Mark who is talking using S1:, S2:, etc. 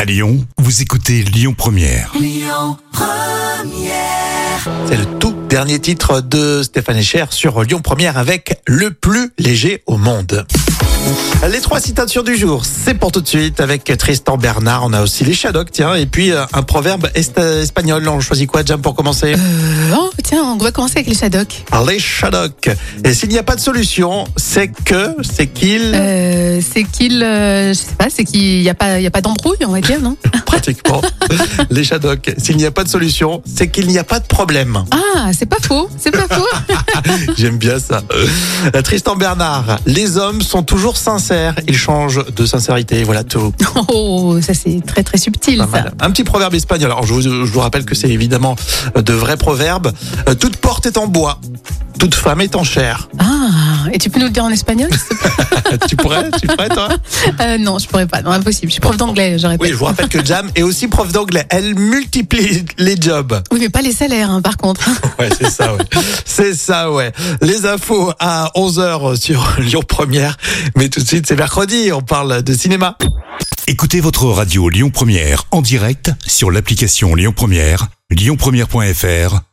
S1: À Lyon, vous écoutez Lyon Première.
S2: C'est le tout dernier titre de Stéphane Echer sur Lyon Première avec le plus léger au monde. Les trois citations du jour, c'est pour tout de suite avec Tristan Bernard. On a aussi les Shadocks, tiens, et puis euh, un proverbe est- espagnol. On choisit quoi, Jam, pour commencer
S3: Euh, oh, tiens, on va commencer avec les Shadok.
S2: Les Shadocks. Et s'il n'y a pas de solution, c'est que, c'est qu'il,
S3: Euh, c'est qu'il, euh, je sais pas, c'est qu'il n'y a pas, il y a pas d'embrouille, on va dire, non
S2: pratiquement, les Shadocks. S'il n'y a pas de solution, c'est qu'il n'y a pas de problème.
S3: Ah, c'est pas faux, c'est pas faux.
S2: J'aime bien ça. Euh, Tristan Bernard, les hommes sont toujours sincères, ils changent de sincérité, voilà tout.
S3: Oh, ça c'est très très subtil,
S2: Pas
S3: ça.
S2: mal. Un petit proverbe espagnol. Alors je vous, je vous rappelle que c'est évidemment euh, de vrais proverbes. Euh, Toute porte est en bois, toute femme est en chair. Euh,
S3: Ah, et tu peux nous le dire en espagnol s'il te plaît
S2: tu pourrais, tu pourrais toi
S3: Euh, Non, je pourrais pas, non, impossible. Je suis prof d'anglais, j'aurais
S2: Oui, je vous rappelle que Jam est aussi prof d'anglais. Elle multiplie les jobs.
S3: Oui, mais pas les salaires, hein, par contre.
S2: Ouais, c'est ça, ouais. C'est ça, ouais. Les infos à 11h sur Lyon Première. Mais tout de suite, c'est mercredi, on parle de cinéma.
S1: Écoutez votre radio Lyon Première en direct sur l'application Lyon Première, lyonpremière.fr